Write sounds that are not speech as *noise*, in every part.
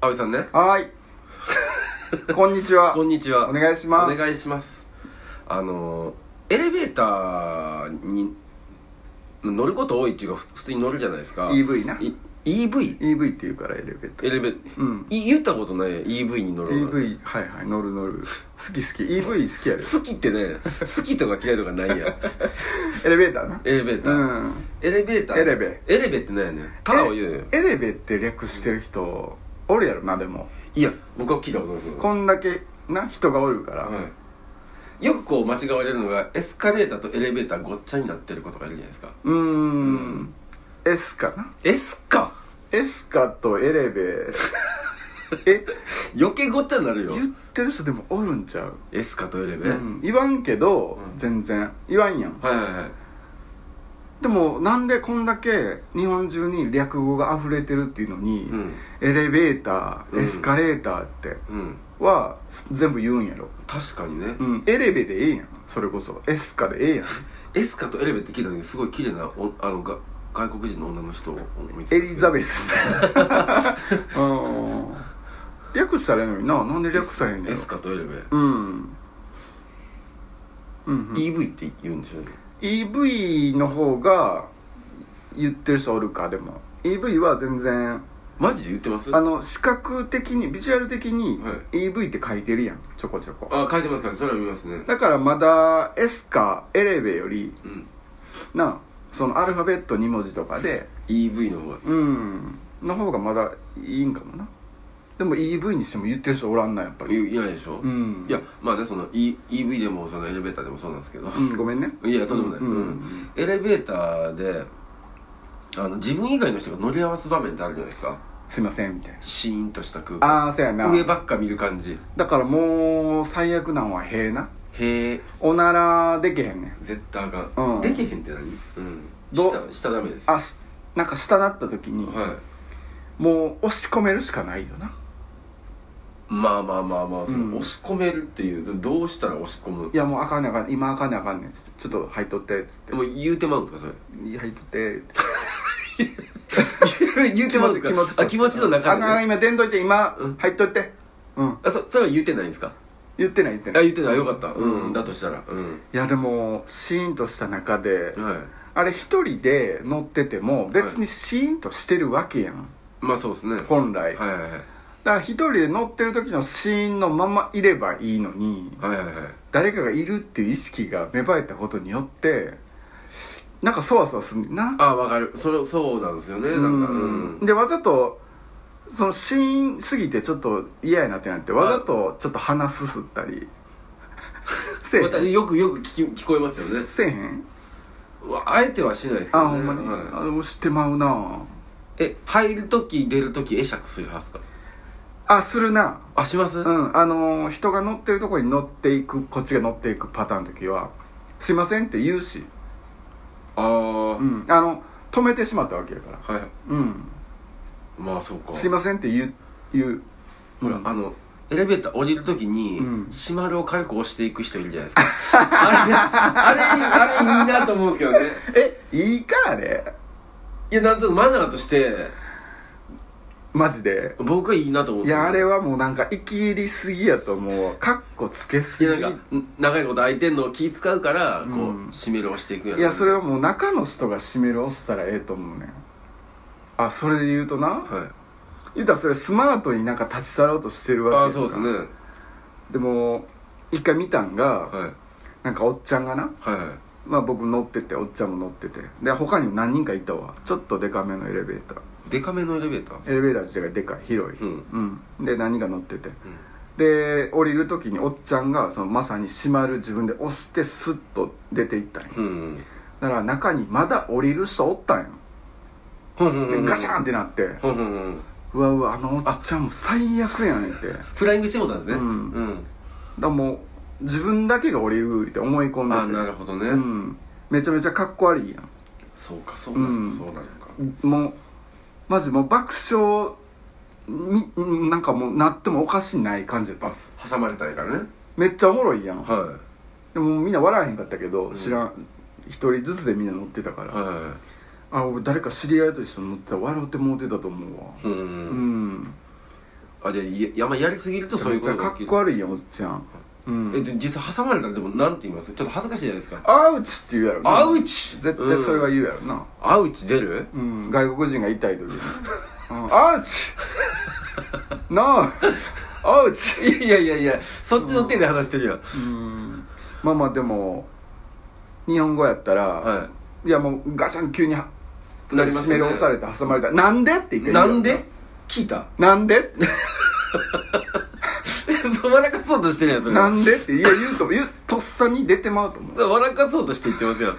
ハオさんね *laughs* はーい。こんにちは。こんにちはお願いしますお願いしますあのエレベーターに乗ること多いっていうかふ普通に乗るじゃないですか EV な。い EV? EV っていうからエレベータエー。レベうんい言ったことない EV に乗るの EV、はいはい、乗る乗る。好き好き。EV 好きやで。好きってね好きとか嫌いとか *laughs* ないやエレベーターな。エレベーター、うん。エレベーターエレベエレベってなんやねんタラを言うのよエレベって略してる人、おるやろな、でも。いや僕は聞いたことないですよこんだけ、な、人がおるから。はい、よくこう間違われるのがエスカレーターとエレベーターごっちゃになってることがいるじゃないですかうーん。エスカな。エスかエスカとエレベ *laughs* え、余計ごっちゃになるよ言ってる人でもおるんちゃうエスかとエレベ、うん言わんけど、うん全然。言わんやん。はいはいはいでもなんでこんだけ日本中に略語が溢れてるっていうのに、うんエレベータうーんエスカレーターってうんは全部言うんやろ、確かにね、うん、エレベでええやんそれこそエスカでええや *laughs* んエスカとエレベって聞いたのにすごい綺麗なおあのが外国人の女の人を思いつエリザベ *laughs* ベスうん略したらええのにななんで略さへんねんエスカとエレベ、うんうんうん、 EV って言うんでしょうね EV の方が言ってる人おるかでも EV は全然マジで言ってますあの視覚的にビジュアル的には EV って書いてるやんちょこちょこあ書いてますからそれは見ますねだからまだエスかエレベよりうんなそのアルファベット2文字とかで EV の方がうんの方がまだいいんかもなでも EV にしても言ってる人おらんなやっぱいりいないでしょ、うんいやまあねその、E- EV でもそのエレベーターでもそうなんですけど、うんごめんねいやとんでもない、うんうんエレベーターであの自分以外の人が乗り合わす場面ってあるじゃないですかすいませんみたいなシーンとした空間ああそうやな上ばっか見る感じだからもう最悪なんはへえなへえおならできへんねん絶対あかん、うんできへんって何うんど下下ダメですあしなんか下なった時にはもう押し込めるしかないよないまあまあまあまあその、うん押し込めるっていうどうしたら押し込むいやもうあかんねんあかんねん今あかんねんあかんねんっつってちょっと入っとってっつ *laughs* ってでも言うてまうんですかそれ入っとって *laughs* 言うてまうんですかあ気持ちの中あで、かんあかんね、今出んといて今、うん入っとってうんあそそれは言うてないんですか言ってない言ってあないい言ってないよかったうん、うんだとしたらうんやでもシーンとした中で、はいあれ一人で乗ってても別にシーンとしてるわけやん、まあそうですね本来、はいはいはいだから一人で乗ってる時のシーンのままいればいいのにはいはいはい誰かがいるっていう意識が芽生えたことによってなんかそわそわすんねんなああわかるそれそうなんですよねなんかうんでわざとそのシーンすぎてちょっと嫌やなってなってわざとちょっと鼻すすっ *laughs* たりせえへまたんよくよく聞き聞こえますよねせえへんわあえてはしないですけどあねほんまに、はいあ押してまうなえ入るとき出るとき会釈する派ですかあするなあします、うんあのー人が乗ってるとこに乗っていくこっちが乗っていくパターンの時は「すいません」って言うし、あー、うん、あの止めてしまったわけやからはい「うんまあそうかすいません」って言う言うほら、あのエレベーター降りるときに、うん閉まるを軽く押していく人いるじゃないですかあれあれあれいいなと思うんですけどねえいいかあれいやなんとなくマナーとしてマジで僕はいいなと思うんいですけどやあれはもうなんか生き入りすぎやと思うカッコつけすいやぎなんか長いこと空いてんのを気使うからこう、うん閉めるを押していくんやいやそれはもう中の人が締める押したらええと思うねんあそれで言うとなはい言うたらそれスマートになんか立ち去ろうとしてるわけあやあんかそうですねでも一回見たんがはいなんかおっちゃんがなはいはいまあ僕乗ってておっちゃんも乗っててで他にも何人かいたわちょっとデカめのエレベーターデカめのエレベーターエレベーター自体がでかい広い、うんうんで何人か乗っててで降りる時におっちゃんがそのまさに閉まる自分で押してスッと出ていったんようんうんだから中にまだ降りる人おったんよふんふんふでんガシャンってなってふんふんふんうわうわあのおっちゃんもう最悪やねんってだかフライングしてもたんですねうんうんらもう自分だけが降りるって思い込んでてあなるほどねうん、めちゃめちゃかっこ悪いやそうかそうなのうかんそうなのかんもうマジもう爆笑になんかもうなってもおかしない感じやったあ挟まれたいからねめっちゃおもろいやんはでもみんな笑わへんかったけど、ん知らん一人ずつでみんな乗ってたから、いはあ俺誰か知り合いと一緒に乗ってたら笑ってもうてたと思うわいうんうん、ああじゃあや山やりすぎるとそういめうっこちゃとが起かきっるこ悪いやんおっちゃん、うんえで実際挟まれたらでもなんて言いますちょっと恥ずかしいじゃないですかアウチって言うやろなアウチ絶対それはうん言うやろな、アウチ出るうん、外国人が痛 *laughs* い時に「うんアウチ! 」「ノーアウチ!」いやいやいやそっちの手で話してるやん、うんまあまあでも日本語やったら、、はいやもうガシャン急にはなりますよね締める押されて挟まれたら「なんで?」って一い回言うなやろんで聞いた *laughs* なんでそう笑かそうとしてるやんそれなんでっていや言うと言うとっさに出てまうと思うそう笑かそうとして言ってますやん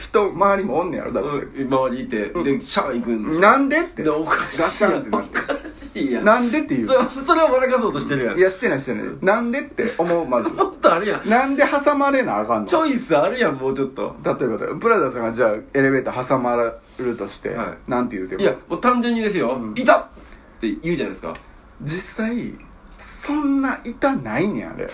人周りもおんねやろだって、うん周りいてでシャー行くんでしょなんでってでおかガしいシやャンっんておなってかしいやんなんでって言うそそれを笑かそうとしてるやんいやしてないしてないなんでって思うまずもっとあるやんなんで挟まれなあかんのチョイスあるやんもうちょっと例えばだよプラザさんがじゃあエレベーター挟まるとして、はなんて言うていもやもう単純にですよ「いた!」って言うじゃないですか実際そんな板ないねんあれ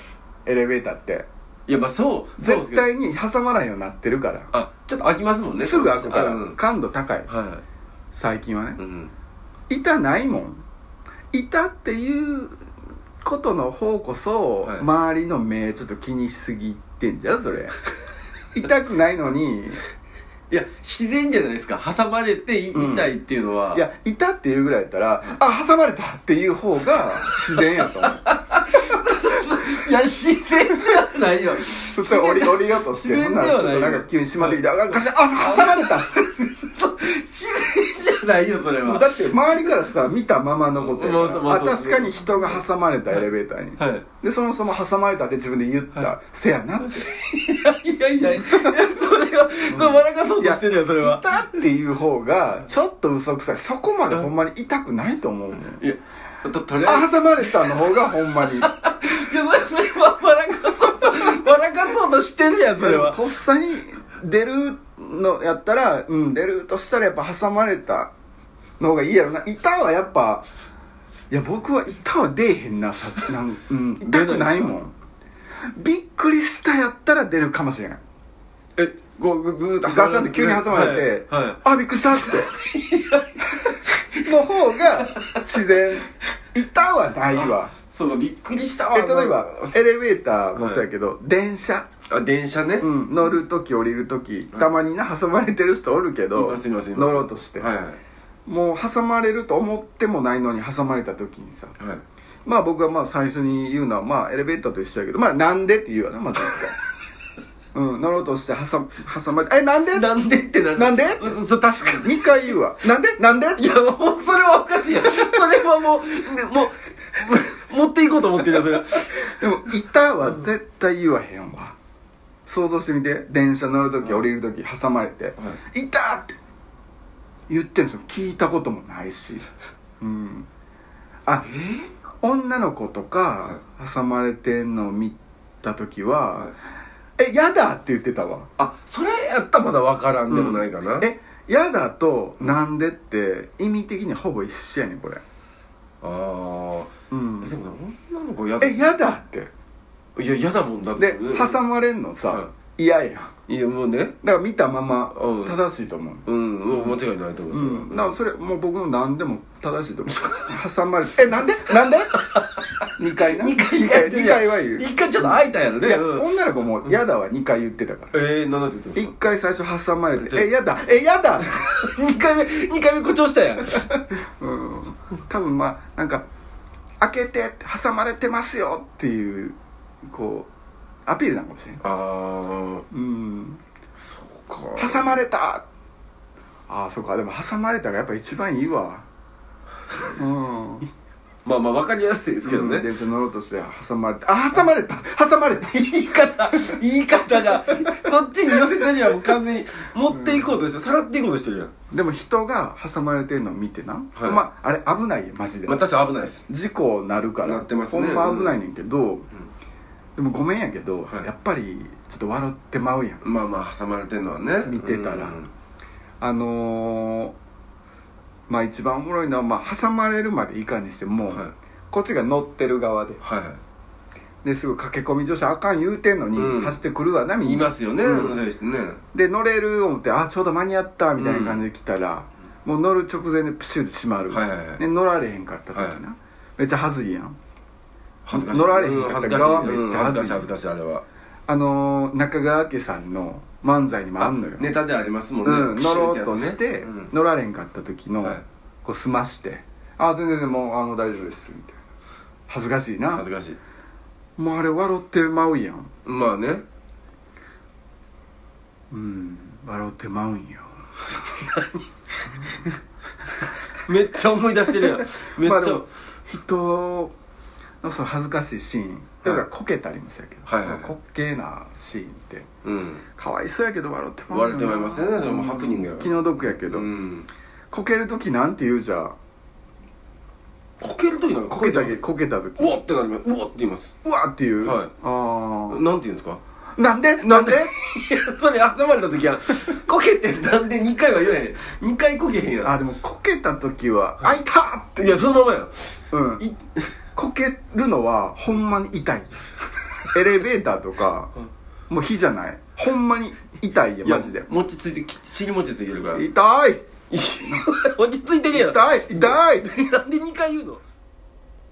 エレベーターっていやまあそうそうです絶けど対に挟まらんようになってるからあちょっと開きますもんねすぐ開くかあらうん感度高いは最近はねいうん板ないもん板っていうことの方こそ、はい周りの目ちょっと気にしすぎてんじゃんそれ *laughs* 痛くないのにいや自然じゃないですか挟まれていうん痛いっていうのはいや痛っていうぐらいやったらあ挟まれたっていう方が自然やと思う *laughs* いや自然じゃない *laughs* よそしたら降り降りようとして自然ほんではなないらちょっとなんか急に閉まってきて「あガシャンあ挟まれた!」自然じゃないよそれはだって周りからさ見たままのことやからまあそうまああそう確かに人が挟まれたエレベーターに、はいでそもそも挟まれたって自分で言った、せやなっていやいやいやいやそれはそう笑かそうとしてるよそれは痛っていう方がちょっと嘘くさいそこまでほんまに痛くないと思うもんいやととりあえずあ挟まれたの方がほんま *laughs* にいや、それは笑かそうと、笑かそうとしてるやん、それは。とっさに出るのやったらうん出るとしたらやっぱ挟まれたの方がいいやろな痛はやっぱいや僕は痛は出えへんなさなん、うん、出ない痛くないもんびっくりしたやったら出るかもしれないえ、こう、ずーっとガシャンって急に挟まれて、はい。はいあびっく *laughs* りしたっての方が自然痛はないわそうか、びっくりしたわ。え例えばエレベーターもそうやけど、電車、あ、電車ね。うん、乗る時降りる時たまにな挟まれてる人おるけいどますいますいます。乗ろうとして、はいはい。もう挟まれると思ってもないのに挟まれた時にさはい。まあ僕がまあ最初に言うのはまあエレベーターと一緒やけどまあなんでって言うよなまず一 *laughs* 回うん乗ろうとして挟む挟まれて「えなんで?」なんでってなるなんでうそう、確かに。 2回言うわ「なんでなんで?」いや、もう、それはおかしいやん。それはもう、ねもう、 *laughs* も持っていこうと思ってるやん、それは。でも「板」は絶対言わへんわ想像してみて電車乗る時降りる時挟まれて「板」って言ってるんですよ聞いたこともないしうんあ女の子とか挟まれてんのを見た時は「えやだ」って言ってたわあ、それやったらまだわからんでもないかな。えやだと「なんで?」って意味的にほぼ一緒やねんこれあー。うえんでもね、女の子やだ。えいやだってや、嫌だもんだって。で挟まれんのさは嫌やんいや、もうね。だから見たままうん正しいと思う、うん、もう間違いないと思う、それはうん、だからそれもう僕の何でも正しいと思う *laughs* 挟まれて「えなんで *laughs* なんで? 」2回な2回二2回は言う一回ちょっと開いたやろねいやうん女の子も「やだ」は2回言ってたから、えー、なんだって言って一1回最初挟まれて「でえやだえや *laughs* だ」 2回目2回目誇張したやんうん多分まあなんか「開けて挟まれてますよ」っていうこうアピールなのかもしれない、あーうん、そうか挟まれたああそうかでも挟まれたがやっぱ一番いい *laughs* わうんまあまあ分かりやすいですけどね、うん電車乗ろうとして挟まれたあ挟まれた挟まれた *laughs* 言い方言い方がそっちに寄せたにはもう完全に持っていこうとして、さらっていこうとしてるやんでも人が挟まれてんの見てな、はいまああれ危ないよマジで、まあ確かに危ないです事故なるからなってますねほんま危ないねんけど、でもごめんやけど、はいやっぱりちょっと笑ってまうやんまあまあ挟まれてんのはね見てたらうんあのー、まあ一番おもろいのは、まあ、挟まれるまでいかにしても、はいこっちが乗ってる側ではいですぐ駆け込み乗車あかん言うてんのに、うん走ってくるわなみん言ないますよね、うんそういう人ねで乗れる思ってあちょうど間に合ったみたいな感じで来たら、もう乗る直前でプシュッて閉まる、はいはいはいで乗られへんかった時な、はいめっちゃ恥ずいやん恥ずかしい乗られへんうん、恥ずかしい側めっちゃうん恥恥ずずかしいい恥ずかしいあれはあのー中川家さんの漫才にもあんのよネタでありますもんね、うん、プシ乗ュろってやうつねとして、うん乗られんかった時の、はいこう済まして「あ全然もうあもう大丈夫です」みたいな恥ずかしいな恥ずかしいもうあれ笑ってまうやんまあねうん笑ってまうんよめっちゃ思い出して *laughs* るやんめっまあちでゃ、も人のその恥ずかしいシーンだからこけたりもそうやけど、はいはいはい滑稽なシーンってうんかわいそうやけど笑って笑ってまいりますよねでもハプニングやから気の毒やけど、うんこける時なんて言うじゃあこける時なんかこけたけこけた時うわってなりますうわって言いますうわっていう、はいああなんて言うんですかなんでなんで *laughs* いやそれ挟まれた時はこけてなんで2回は言えへん2回こけへんやあでもこけた時はああいたーっていやそのままやんうんいこけるのはほんまに *laughs* 痛いエレベーターとかもう火じゃないほんまに痛いよいやマジで餅ついてき尻餅 *laughs* ついてるから痛いいや落ち着いてるやん痛い痛い *laughs* なんで2回言うの